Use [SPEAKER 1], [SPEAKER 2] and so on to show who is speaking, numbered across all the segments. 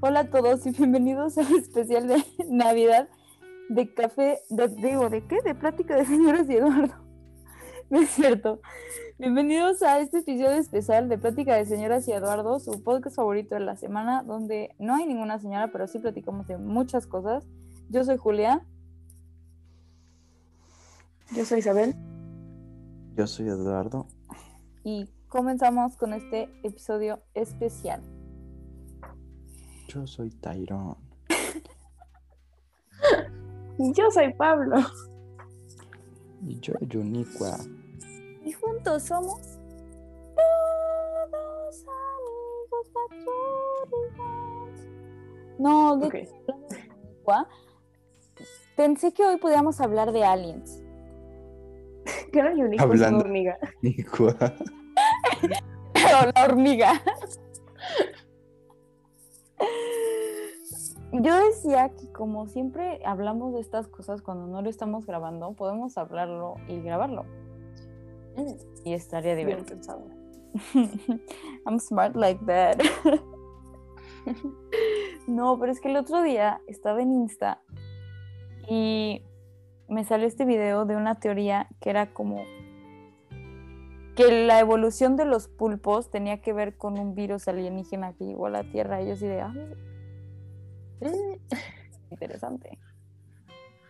[SPEAKER 1] Hola a todos y bienvenidos al especial de Navidad de café, de, digo, ¿de qué? De plática de señoras y Eduardo. No es cierto. Bienvenidos a este episodio especial de Plática de Señoras y Eduardo, su podcast favorito de la semana, donde no hay ninguna señora, pero sí platicamos de muchas cosas. Yo soy Julia.
[SPEAKER 2] Yo soy Isabel.
[SPEAKER 3] Yo soy Eduardo.
[SPEAKER 1] y comenzamos con este episodio especial.
[SPEAKER 3] Yo soy Tyrone.
[SPEAKER 2] Y yo soy Pablo.
[SPEAKER 3] Y yo, Yuniqua.
[SPEAKER 1] Y juntos somos todos amigos patrióticos. No, de
[SPEAKER 2] Ok.
[SPEAKER 1] Gua, pensé que hoy podíamos hablar de aliens.
[SPEAKER 2] ¿Qué era Yunico? Es una
[SPEAKER 3] Hablando.
[SPEAKER 2] hormiga.
[SPEAKER 3] Nicua.
[SPEAKER 1] Pero la hormiga. Yo decía que como siempre hablamos de estas cosas cuando no lo estamos grabando, podemos hablarlo y grabarlo. Y estaría
[SPEAKER 2] Bien
[SPEAKER 1] divertido.
[SPEAKER 2] pensado.
[SPEAKER 1] I'm smart like that. no, pero es que el otro día estaba en Insta y me salió este video de una teoría que era como que la evolución de los pulpos tenía que ver con un virus alienígena que llegó a la Tierra. Y yo así de, "Ah,
[SPEAKER 2] Mm,
[SPEAKER 1] interesante.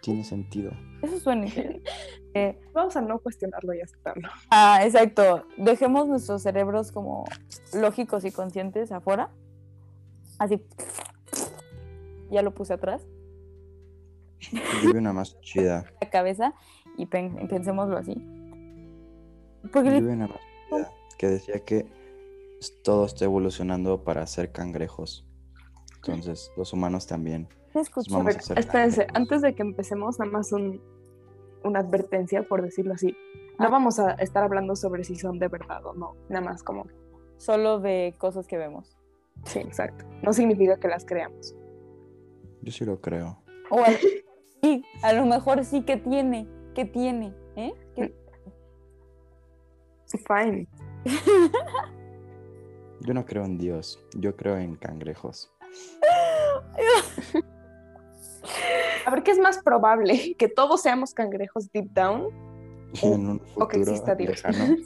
[SPEAKER 3] Tiene sentido.
[SPEAKER 1] Eso suena interesante. Eh,
[SPEAKER 2] Vamos a no cuestionarlo y aceptarlo.
[SPEAKER 1] Ah, exacto. Dejemos nuestros cerebros como lógicos y conscientes afuera. Así. Ya lo puse atrás,
[SPEAKER 3] Yo vi una más chida.
[SPEAKER 1] la cabeza, y pen- pensémoslo así.
[SPEAKER 3] Yo
[SPEAKER 1] Porque
[SPEAKER 3] vi
[SPEAKER 1] le-
[SPEAKER 3] una más chida que decía que todo está evolucionando para ser cangrejos. Entonces, los humanos también.
[SPEAKER 1] no escuché.
[SPEAKER 3] Pues Vamos
[SPEAKER 2] A
[SPEAKER 3] a
[SPEAKER 2] ver,
[SPEAKER 3] hacer-
[SPEAKER 2] espérense, antes de que empecemos, nada más un- una advertencia, por decirlo así. No vamos a estar hablando sobre si son de verdad o no. Nada más como,
[SPEAKER 1] Solo de cosas que vemos.
[SPEAKER 2] sí, exacto. No significa que las creamos.
[SPEAKER 3] Yo sí lo creo.
[SPEAKER 1] O a, sí, a lo mejor sí que tiene, que tiene, ¿eh? Que-
[SPEAKER 2] Fine.
[SPEAKER 3] Yo no creo en Dios. Yo creo en cangrejos.
[SPEAKER 2] A ver, ¿qué es más probable? ¿Que todos seamos cangrejos deep down?
[SPEAKER 3] en un futuro
[SPEAKER 2] o que exista Dios.
[SPEAKER 3] lejano.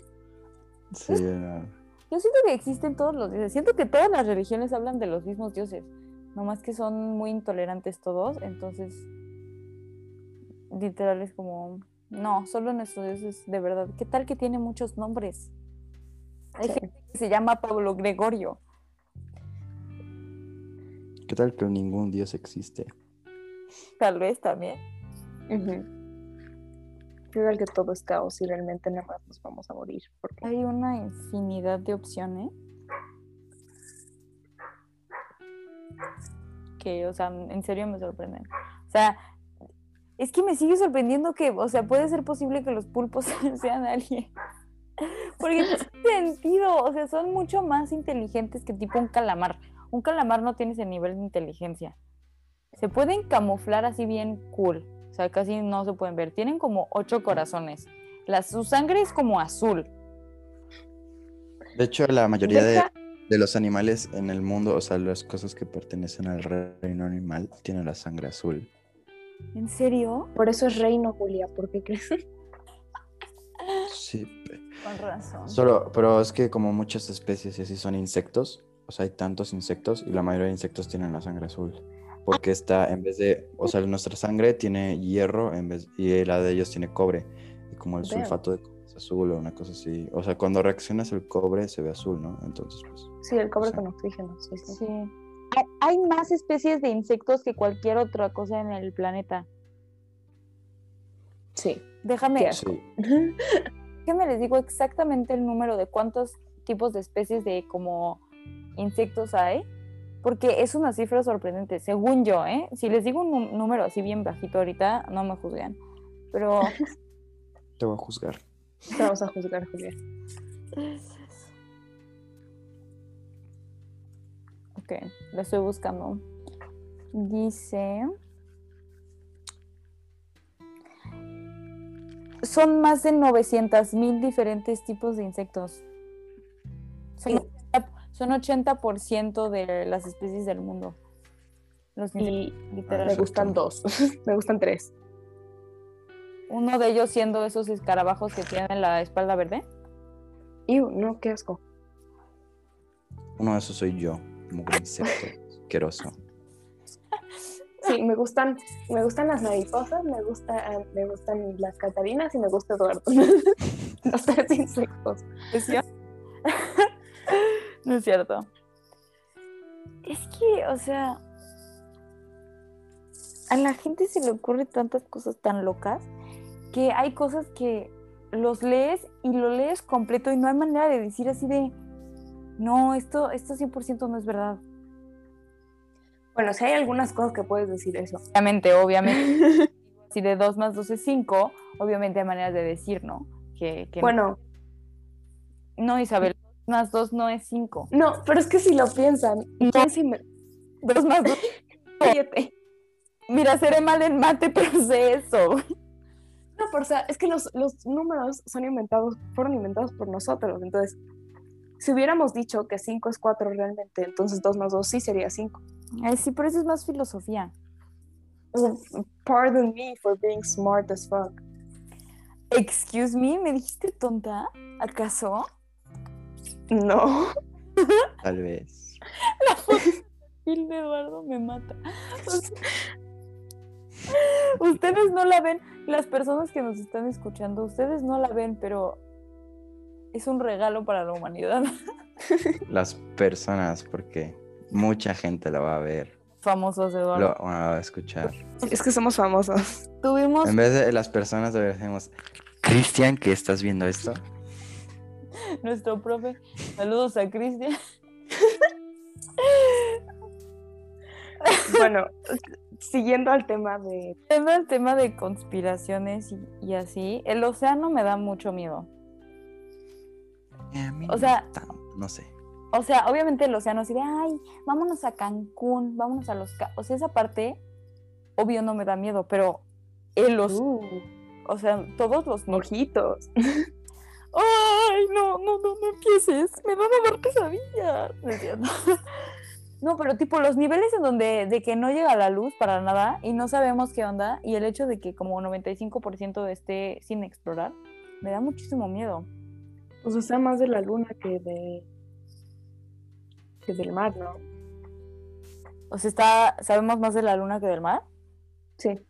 [SPEAKER 3] Sí, eh, no.
[SPEAKER 1] Yo siento que existen todos los dioses. Siento que todas las religiones hablan de los mismos dioses. Nomás que son muy intolerantes todos. Entonces, literal es como, no, solo nuestro dios es de verdad. ¿Qué tal que tiene muchos nombres? Hay
[SPEAKER 2] Sí.
[SPEAKER 1] gente que se llama Pablo Gregorio.
[SPEAKER 3] ¿Qué tal que ningún Dios existe?
[SPEAKER 1] Tal vez también.
[SPEAKER 2] Ujú. Yo creo que todo es caos y realmente nada más nos vamos a morir. Porque...
[SPEAKER 1] Hay una infinidad de opciones. Que, o sea, en serio me sorprenden. O sea, es que me sigue sorprendiendo que, o sea, puede ser posible que los pulpos sean alguien. Porque no tiene sentido, o sea, son mucho más inteligentes que tipo un calamar. Un calamar no tiene ese nivel de inteligencia. Se pueden camuflar así bien cool. O sea, casi no se pueden ver. Tienen como ocho corazones. La, su sangre es como azul.
[SPEAKER 3] De hecho,
[SPEAKER 2] Pues
[SPEAKER 3] la mayoría de,
[SPEAKER 2] Deja-
[SPEAKER 3] de los animales en el mundo, o sea, las cosas que pertenecen al reino animal, tienen la sangre azul.
[SPEAKER 1] ¿En serio?
[SPEAKER 2] Por eso es reino, Julia, porque crees.
[SPEAKER 3] Sí, pe-
[SPEAKER 1] Con razón.
[SPEAKER 3] solo, pero es que como muchas especies y así son insectos, o sea, hay tantos insectos y la mayoría de insectos tienen la sangre azul. Porque está en vez de, o sea, nuestra sangre tiene hierro en vez y la de ellos tiene cobre. Y como el
[SPEAKER 2] Damn.
[SPEAKER 3] sulfato de cobre es azul o una cosa así. O sea, cuando reaccionas el cobre se ve azul, ¿no? Entonces, pues.
[SPEAKER 2] Sí, el cobre
[SPEAKER 3] Sí.
[SPEAKER 2] con oxígeno. Sí, sí.
[SPEAKER 1] Sí. Hay, hay más especies de insectos que cualquier otra cosa en el planeta.
[SPEAKER 2] Sí.
[SPEAKER 1] Déjame,
[SPEAKER 2] Qué asco.
[SPEAKER 3] Sí.
[SPEAKER 1] déjame les digo exactamente el número de cuántos tipos de especies de como insectos hay, porque es una cifra sorprendente, según yo, ¿eh? Si les digo un nu- número así bien bajito ahorita, no me juzguen. Pero
[SPEAKER 3] Te voy a juzgar.
[SPEAKER 2] Te vamos a juzgar, Julia.
[SPEAKER 1] Ok, lo estoy buscando. Dice. Son más de 900 mil diferentes tipos de insectos. Son, 80 son 80% de las especies del mundo. Los insectos,
[SPEAKER 2] Y
[SPEAKER 1] literal.
[SPEAKER 2] me gustan dos, me gustan tres.
[SPEAKER 1] Uno de ellos siendo esos escarabajos que tienen la espalda verde.
[SPEAKER 2] Y no, qué asco.
[SPEAKER 3] Uno de esos soy yo, como un insecto asqueroso.
[SPEAKER 2] Sí, me gustan, me gustan las mariposas, me gusta, eh, me gustan las catarinas y me gusta Eduardo. Los tres insectos.
[SPEAKER 1] ¿Es cierto? no es cierto. Es que, o sea, a la gente se le ocurre tantas cosas tan locas que hay cosas que los lees y lo lees completo y no hay manera de decir así de, no, esto, esto 100% no es verdad.
[SPEAKER 2] Bueno, sí hay algunas cosas que puedes decir eso.
[SPEAKER 1] Obviamente, obviamente, si de 2 más 2 es 5, obviamente hay maneras de decir, ¿no? Que, que no.
[SPEAKER 2] Bueno,
[SPEAKER 1] no, Isabel, dos más 2 no es 5.
[SPEAKER 2] no, pero es que si lo piensan, ¿quién si me...
[SPEAKER 1] 2 más 2
[SPEAKER 2] Cállate.
[SPEAKER 1] Mira, seré mal en mate, pero sé eso.
[SPEAKER 2] No, pero o sea, es que los, los números son inventados, fueron inventados por nosotros. Entonces, si hubiéramos dicho que 5 es 4 realmente, entonces 2 más 2 sí sería 5.
[SPEAKER 1] Ay, sí, pero eso es más filosofía.
[SPEAKER 2] Pardon me for being smart as fuck.
[SPEAKER 1] Excuse me, ¿me dijiste tonta? ¿Acaso?
[SPEAKER 2] No.
[SPEAKER 3] Tal vez.
[SPEAKER 1] Gil de Eduardo me mata. O sea, ustedes no la ven, las personas que nos están escuchando, ustedes no la ven, pero es un regalo para la humanidad.
[SPEAKER 3] Las personas, porque mucha gente la va a ver,
[SPEAKER 1] Famosos, Eduardo.
[SPEAKER 3] lo, bueno, la va a escuchar.
[SPEAKER 2] Es que somos famosos.
[SPEAKER 1] Tuvimos
[SPEAKER 3] En vez de las personas, deberíamos. Cristian, que estás viendo esto?
[SPEAKER 1] nuestro profe. Saludos a Cristian.
[SPEAKER 2] Bueno, siguiendo al tema de...
[SPEAKER 1] Tema, el tema de conspiraciones y, y así. El océano me da mucho miedo.
[SPEAKER 3] Eh, a mí
[SPEAKER 1] O
[SPEAKER 3] no
[SPEAKER 1] sea-
[SPEAKER 3] tanto, no sé.
[SPEAKER 1] O sea, obviamente el océano así de, ay, vámonos a Cancún, vámonos a los... ca-". O sea, esa parte, obvio, no me da miedo, pero el océano, o sea, todos los...
[SPEAKER 2] mojitos.
[SPEAKER 1] Ay, no, no, no, no empieces, me van a dar pesadillas. No, es cierto. No, pero tipo los niveles en donde de que no llega la luz para nada y no sabemos qué onda y el hecho de que como 95% esté sin explorar, me da muchísimo miedo.
[SPEAKER 2] Pues o sea, más de la luna que de... que del mar, ¿no?
[SPEAKER 1] O sea, está, sabemos más de la luna que del mar.
[SPEAKER 2] Sí.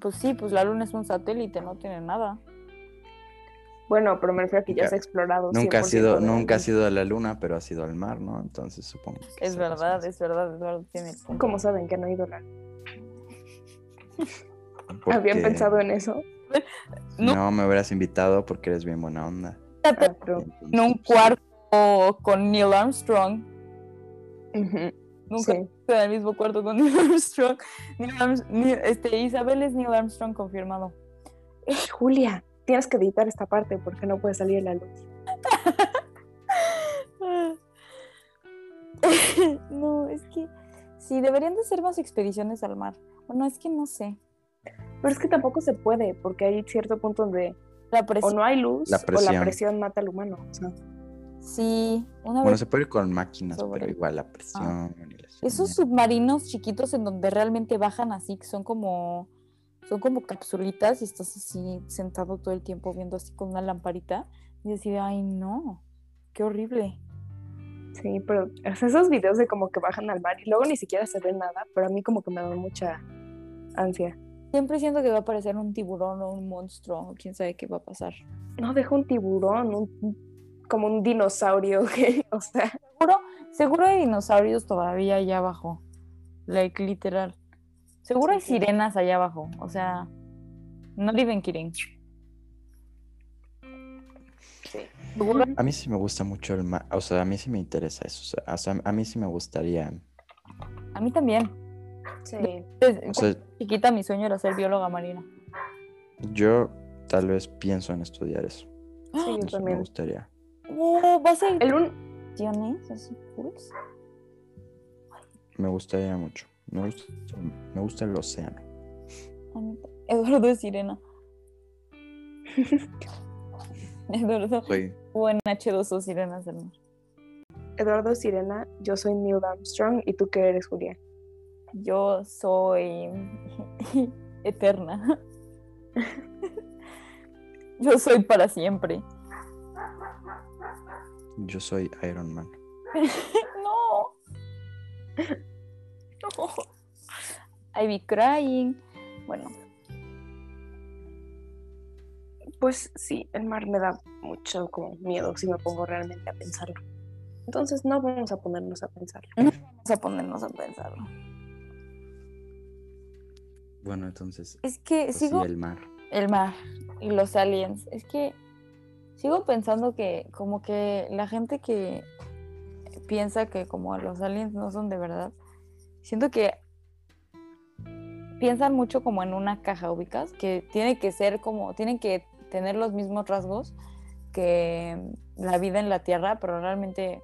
[SPEAKER 1] Pues sí, pues la luna es un satélite, no tiene nada.
[SPEAKER 2] Bueno, pero me refiero a que ya
[SPEAKER 3] Nunca-
[SPEAKER 2] se ha explorado.
[SPEAKER 3] Nunca ha
[SPEAKER 2] 100%
[SPEAKER 3] sido,
[SPEAKER 2] de la
[SPEAKER 3] nunca ha
[SPEAKER 2] luna.
[SPEAKER 3] sido a la luna, pero ha sido al mar, ¿no? Entonces supongo. que
[SPEAKER 1] Es
[SPEAKER 3] será más
[SPEAKER 1] verdad,
[SPEAKER 3] fácil.
[SPEAKER 1] es verdad, Eduardo tiene el punto.
[SPEAKER 2] ¿Cómo saben que no ha ido la luna?
[SPEAKER 3] Porque-
[SPEAKER 2] ¿Habían pensado en eso?
[SPEAKER 1] No.
[SPEAKER 3] No. me hubieras invitado porque eres bien buena onda.
[SPEAKER 2] Ah, pero-
[SPEAKER 3] Entonces,
[SPEAKER 1] En un
[SPEAKER 3] pues,
[SPEAKER 1] cuarto con Neil Armstrong.
[SPEAKER 2] Ujú,
[SPEAKER 1] Nunca
[SPEAKER 2] sí.
[SPEAKER 1] estuve en el mismo cuarto con Neil Armstrong. Neil Arms- Neil- este, Isabel es Neil Armstrong confirmado.
[SPEAKER 2] Ey, Eh, Julia, tienes que editar esta parte porque no puede salir la luz.
[SPEAKER 1] no, es que sí, deberían de ser más expediciones al mar. Bueno, es que no sé.
[SPEAKER 2] Pero es que tampoco se puede porque hay cierto punto donde
[SPEAKER 1] La
[SPEAKER 2] o
[SPEAKER 1] presión.
[SPEAKER 2] no hay luz
[SPEAKER 3] La
[SPEAKER 2] o la
[SPEAKER 3] presión.
[SPEAKER 2] presión mata al humano. o sea.
[SPEAKER 1] Sí, una
[SPEAKER 3] Bueno,
[SPEAKER 1] vez
[SPEAKER 3] se puede ir con máquinas,
[SPEAKER 1] Sobre-
[SPEAKER 3] pero igual la presión. y las-
[SPEAKER 1] Esos submarinos chiquitos en donde realmente bajan así, que son como son como capsulitas y estás así sentado todo el tiempo viendo así con una lamparita y decir, ay no, qué horrible.
[SPEAKER 2] Sí, pero o sea, esos videos de como que bajan al mar y luego ni siquiera se ve nada, pero a mí como que me da mucha ansia.
[SPEAKER 1] Siempre siento que va a aparecer un tiburón o un monstruo, o quién sabe qué va a pasar.
[SPEAKER 2] No, deja un tiburón, un- como un dinosaurio, que, o sea,
[SPEAKER 1] Seguro, seguro hay dinosaurios todavía allá abajo. Like literal. Seguro hay
[SPEAKER 2] Sí, sí.
[SPEAKER 1] sirenas allá abajo. O sea, no viven kidding. Seguro
[SPEAKER 3] A mí sí me gusta mucho el mar. O sea, a mí sí me interesa eso. o sea, O sea, a mí sí me gustaría.
[SPEAKER 1] a mí también.
[SPEAKER 2] sí.
[SPEAKER 1] Desde
[SPEAKER 3] O sea,
[SPEAKER 1] chiquita mi sueño era ser bióloga marina.
[SPEAKER 3] yo tal vez pienso en estudiar eso.
[SPEAKER 2] Sí, yo
[SPEAKER 3] Eso me
[SPEAKER 2] también.
[SPEAKER 3] gustaría.
[SPEAKER 1] Wow, ¿vas a ir
[SPEAKER 2] El un...
[SPEAKER 1] vacaciones así cools?
[SPEAKER 3] Me gustaría mucho. Me gusta, me gusta el océano.
[SPEAKER 1] A mí- Ah, Eduardo es sirena. Eduardo
[SPEAKER 3] Soy
[SPEAKER 1] estuvo en H2O Sirenas del Mar.
[SPEAKER 2] Eduardo Sirena, yo soy Neil Armstrong y tú qué eres, Julia.
[SPEAKER 1] Yo soy eterna. Yo soy para siempre.
[SPEAKER 3] Yo soy Iron Man.
[SPEAKER 1] No. No. I be crying. Bueno,
[SPEAKER 2] Pues sí, el mar me da mucho como miedo si me pongo realmente a pensarlo. Entonces no vamos a ponernos a pensarlo.
[SPEAKER 1] vamos a ponernos a pensarlo.
[SPEAKER 3] Bueno, entonces,
[SPEAKER 1] Es que
[SPEAKER 3] pues sí,
[SPEAKER 1] sigo
[SPEAKER 3] el mar.
[SPEAKER 1] el mar y los aliens. Es que sigo pensando que como que la gente que piensa que como los aliens no son de verdad, siento que piensan mucho como en una caja, ubicas, que tiene que ser como, tienen que tener los mismos rasgos que la vida en la Tierra, pero realmente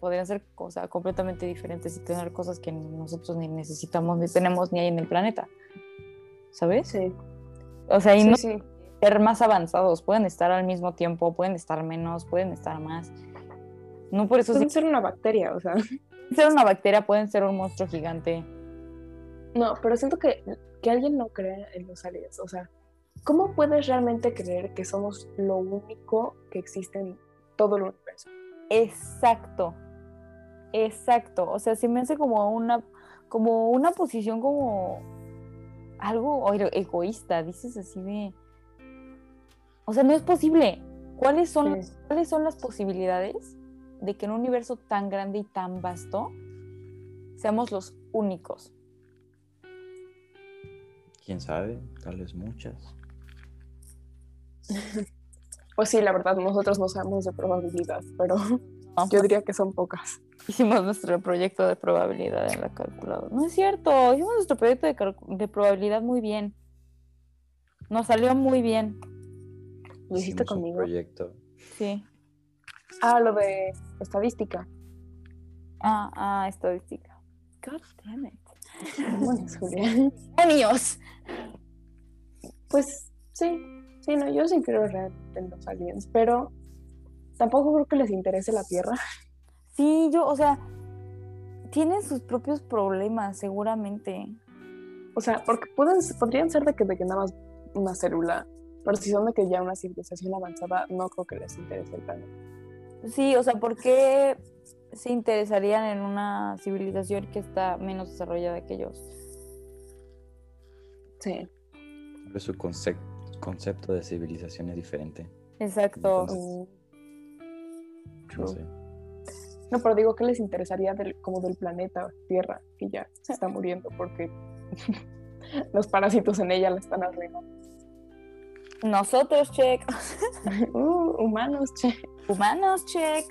[SPEAKER 1] podrían ser cosas completamente diferentes y tener cosas que nosotros ni necesitamos, ni tenemos, ni hay en el planeta. ¿Sabes?
[SPEAKER 2] Sí,
[SPEAKER 1] O sea, y
[SPEAKER 2] sí,
[SPEAKER 1] no
[SPEAKER 2] sí.
[SPEAKER 1] ser más avanzados, pueden estar al mismo tiempo, pueden estar menos, pueden estar más. No por eso Pues sí,
[SPEAKER 2] Pueden ser una bacteria, o sea.
[SPEAKER 1] pueden ser una bacteria, pueden ser un monstruo gigante.
[SPEAKER 2] No, pero siento que, que alguien no crea en los aliens. O sea, ¿cómo puedes realmente creer que somos lo único que existe en todo el universo?
[SPEAKER 1] Exacto. Exacto. O sea, se me hace como una, como una posición como algo oe- egoísta, dices así de. O sea, no es posible. ¿Cuáles son
[SPEAKER 2] Sí.
[SPEAKER 1] ¿cuáles son las posibilidades de que en un universo tan grande y tan vasto seamos los únicos?
[SPEAKER 3] ¿Quién sabe? Tal vez muchas.
[SPEAKER 2] Pues sí, la verdad, nosotros no sabemos de probabilidad, pero
[SPEAKER 1] No,
[SPEAKER 2] yo diría que son pocas.
[SPEAKER 1] hicimos nuestro proyecto de probabilidad en la calculadora. No es cierto, hicimos nuestro proyecto de, calcu- de probabilidad muy bien. Nos salió muy bien,
[SPEAKER 2] ¿Lo hiciste
[SPEAKER 3] Hicimos un
[SPEAKER 2] conmigo?
[SPEAKER 3] proyecto.
[SPEAKER 1] sí.
[SPEAKER 2] Ah, lo de estadística.
[SPEAKER 1] Ah, ah, estadística. God damn it.
[SPEAKER 2] Bueno, Julia.
[SPEAKER 1] ¡Demonios!
[SPEAKER 2] Pues sí, sí, no, yo sí creo realmente en los aliens, pero tampoco creo que les interese la Tierra.
[SPEAKER 1] Sí, yo, o sea, tienen sus propios problemas, seguramente.
[SPEAKER 2] O sea, porque pueden, podrían ser de que, de que nada más una célula, pero si son de que ya una civilización avanzada, no creo que les interese el planeta.
[SPEAKER 1] Sí, o sea, ¿por qué se interesarían en una civilización que está menos desarrollada que ellos?
[SPEAKER 2] Sí.
[SPEAKER 3] Pero su concep- concepto de civilización es diferente.
[SPEAKER 1] Exacto.
[SPEAKER 3] No
[SPEAKER 2] True.
[SPEAKER 3] sé.
[SPEAKER 2] No, pero digo que les interesaría del, como del planeta Tierra, que ya se está muriendo porque los parásitos en ella la están arruinando.
[SPEAKER 1] Nosotros, check.
[SPEAKER 2] Uh, humanos, che.
[SPEAKER 1] humanos, check.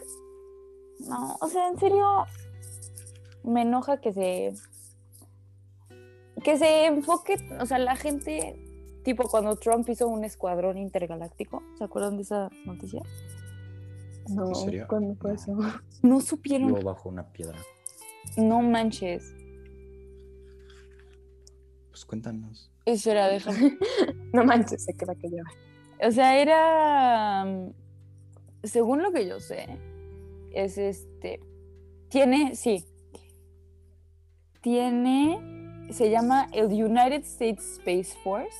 [SPEAKER 1] No, o sea, en serio, me enoja que se. que se enfoque, o sea, la gente, tipo cuando Trump hizo un escuadrón intergaláctico, ¿se acuerdan de esa noticia?
[SPEAKER 2] No,
[SPEAKER 3] ¿En serio? Ah.
[SPEAKER 2] ¿cuándo fue eso?
[SPEAKER 1] No supieron,
[SPEAKER 3] Vivo bajo una piedra.
[SPEAKER 1] no manches.
[SPEAKER 3] Pues cuéntanos.
[SPEAKER 1] Eso era, déjame.
[SPEAKER 2] No manches, se queda que
[SPEAKER 1] O sea, era. mm, Según lo que yo sé, es este. Tiene, sí. Tiene. Se llama el United States Space Force.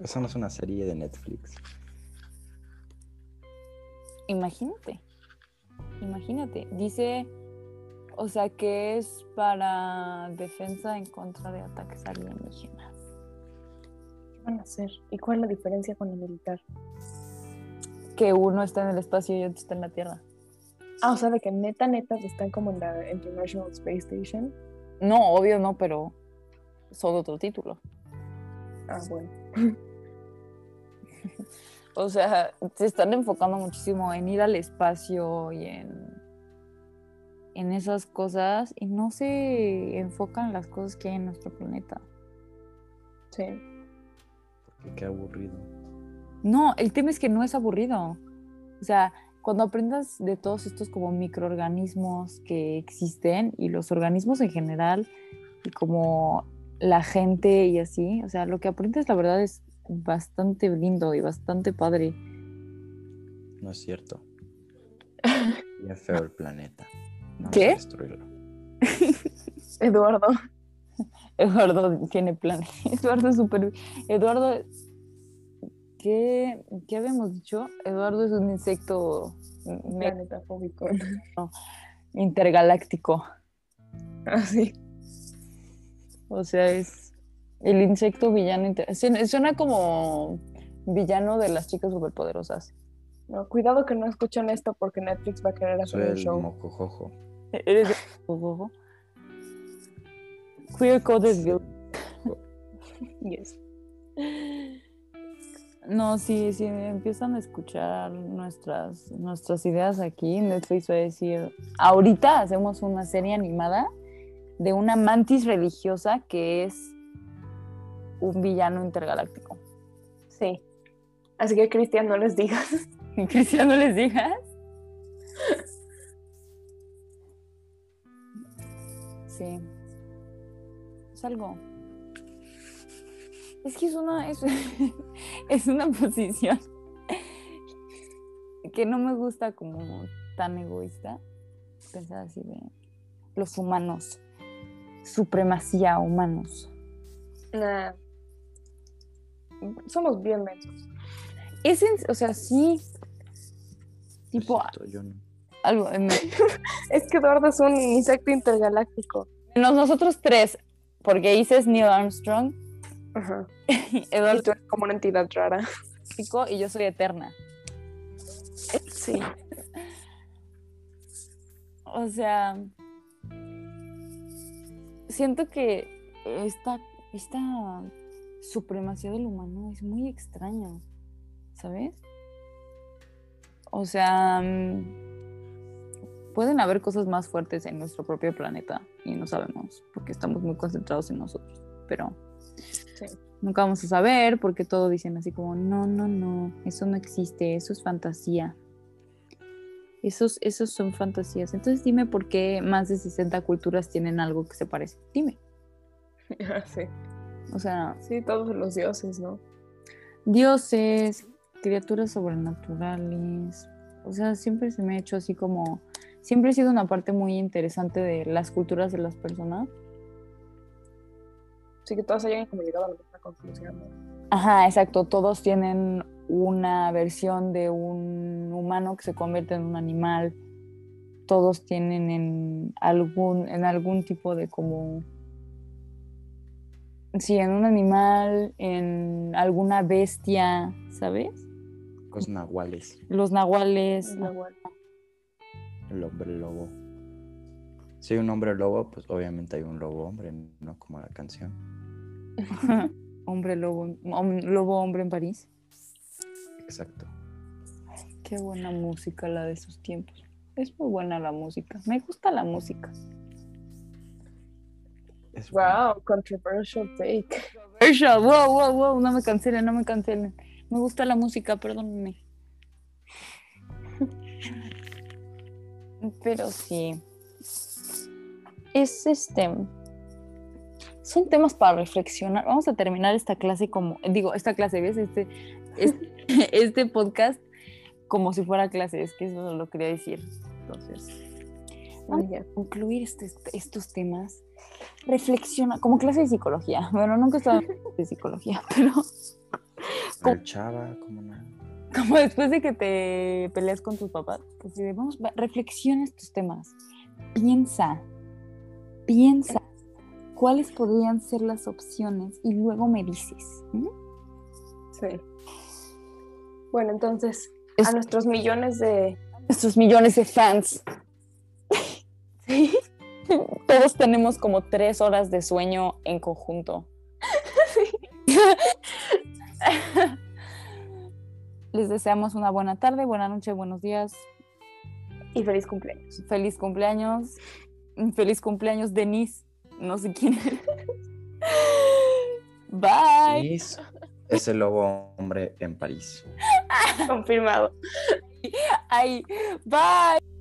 [SPEAKER 3] Esa no es una serie de Netflix.
[SPEAKER 1] Imagínate. Imagínate. Dice. O sea, que es para defensa en contra de ataques alienígenas.
[SPEAKER 2] ¿Qué van a hacer? ¿Y cuál es la diferencia con el militar?
[SPEAKER 1] Que uno está en el espacio y otro está en la Tierra.
[SPEAKER 2] Ah, o sea, de que neta, neta, están como en la International Space Station.
[SPEAKER 1] No, obvio no, pero son otro título.
[SPEAKER 2] Ah, bueno.
[SPEAKER 1] O sea, se están enfocando muchísimo en ir al espacio y en, en esas cosas y no se enfocan en las cosas que hay en nuestro planeta.
[SPEAKER 2] Sí.
[SPEAKER 3] Porque qué aburrido.
[SPEAKER 1] No, el tema es que no es aburrido. O sea, cuando aprendas de todos estos como microorganismos que existen y los organismos en general y como la gente y así, o sea, lo que aprendes la verdad es bastante lindo y bastante padre.
[SPEAKER 3] No es cierto. Bien feo el planeta. No
[SPEAKER 1] ¿Qué?
[SPEAKER 3] Destruirlo.
[SPEAKER 2] Eduardo.
[SPEAKER 1] Eduardo tiene planes. Eduardo es súper. Eduardo. ¿qué, ¿Qué habíamos dicho? Eduardo es un insecto me-
[SPEAKER 2] Planetafóbico.
[SPEAKER 1] intergaláctico.
[SPEAKER 2] Así.
[SPEAKER 1] O sea, es el insecto villano. inter- suena- Suena como villano de las chicas superpoderosas.
[SPEAKER 2] No, cuidado que no escuchen esto porque Netflix va a querer hacer
[SPEAKER 3] Soy
[SPEAKER 2] un
[SPEAKER 3] el
[SPEAKER 2] show.
[SPEAKER 3] mocojojo.
[SPEAKER 1] Eres. Ojo, ojo. Queer coded girl.
[SPEAKER 2] Yes.
[SPEAKER 1] No, sí, si empiezan a escuchar nuestras, nuestras ideas aquí, Netflix va a decir, ahorita hacemos una serie animada de una mantis religiosa que es un villano intergaláctico.
[SPEAKER 2] Sí. Así que, Cristian, no les digas.
[SPEAKER 1] ¿Y Cristian no les digas? Sí. Es algo. Es que es una, es, es una posición que no me gusta como tan egoísta. Pensar así de los humanos. Supremacía humanos.
[SPEAKER 2] Nah. Somos bien mensos.
[SPEAKER 1] Es en- o sea, sí. Tipo,
[SPEAKER 3] Necesito, yo no.
[SPEAKER 1] algo. en-
[SPEAKER 2] Es que Eduardo es un insecto intergaláctico.
[SPEAKER 1] Nos- nosotros tres, porque dices Neil Armstrong,
[SPEAKER 2] Ajá. Y
[SPEAKER 1] Eduardo
[SPEAKER 2] tú eres como una entidad rara.
[SPEAKER 1] Pico y yo soy eterna.
[SPEAKER 2] Sí.
[SPEAKER 1] O sea, siento que esta, esta supremacía del humano es muy extraña, ¿sabes? O sea, mm, pueden haber cosas más fuertes en nuestro propio planeta y no sabemos porque estamos muy concentrados en nosotros, pero
[SPEAKER 2] Sí.
[SPEAKER 1] nunca vamos a saber porque todo dicen así como, no, no, no, eso no existe, eso es fantasía. Esos, esos son fantasías. Entonces dime por qué más de 60 culturas tienen algo que se parece. Dime.
[SPEAKER 2] sí.
[SPEAKER 1] O sea,
[SPEAKER 2] Sí, todos los dioses, ¿no?
[SPEAKER 1] dioses, criaturas sobrenaturales. O sea, siempre se me ha hecho así como... Siempre ha sido una parte muy interesante de las culturas de las personas.
[SPEAKER 2] Así que todos hayan como llegado a la misma conclusión. ¿no?
[SPEAKER 1] Ajá, exacto. Todos tienen una versión de un humano que se convierte en un animal. Todos tienen en algún, en algún tipo de como... Sí, en un animal, en alguna bestia, ¿sabes?
[SPEAKER 3] Los nahuales,
[SPEAKER 1] Los nahuales.
[SPEAKER 2] No, bueno.
[SPEAKER 3] el hombre lobo. Si hay un hombre lobo, pues obviamente hay un lobo hombre, no como la canción.
[SPEAKER 1] hombre lobo, hom- lobo hombre en París.
[SPEAKER 3] Exacto.
[SPEAKER 1] Qué buena música la de sus tiempos. Es muy buena la música. Me gusta la música.
[SPEAKER 3] Es bueno.
[SPEAKER 2] Wow, controversial take.
[SPEAKER 1] Controversial. Wow, wow, wow. No me cancelen, no me cancelen. Me gusta la música, perdónenme. Pero sí. Es este. Son temas para reflexionar. Vamos a terminar esta clase como. Digo, esta clase, ¿ves? Este, este, este podcast como si fuera clase. Es que eso lo quería decir. Entonces
[SPEAKER 2] Bueno, ya.
[SPEAKER 1] concluir este- estos temas, reflexiona, como clase de psicología. Bueno, nunca estaba en clase de psicología, pero
[SPEAKER 3] El chava, como no.
[SPEAKER 1] como después de que te peleas con tus papás, pues sí, vamos, va, reflexiona estos temas, piensa, piensa cuáles podrían ser las opciones y luego me dices. ¿m?
[SPEAKER 2] Sí. Bueno, entonces,
[SPEAKER 1] Es-
[SPEAKER 2] a nuestros millones de.
[SPEAKER 1] Nuestros millones de fans. Todos tenemos como tres horas de sueño en conjunto. Les deseamos una buena tarde, buena noche, buenos días,
[SPEAKER 2] Y feliz cumpleaños.
[SPEAKER 1] feliz cumpleaños, feliz cumpleaños Denise, no sé quién es. Bye.
[SPEAKER 3] Denise Es el lobo hombre en París.
[SPEAKER 2] Confirmado.
[SPEAKER 1] Ay, bye.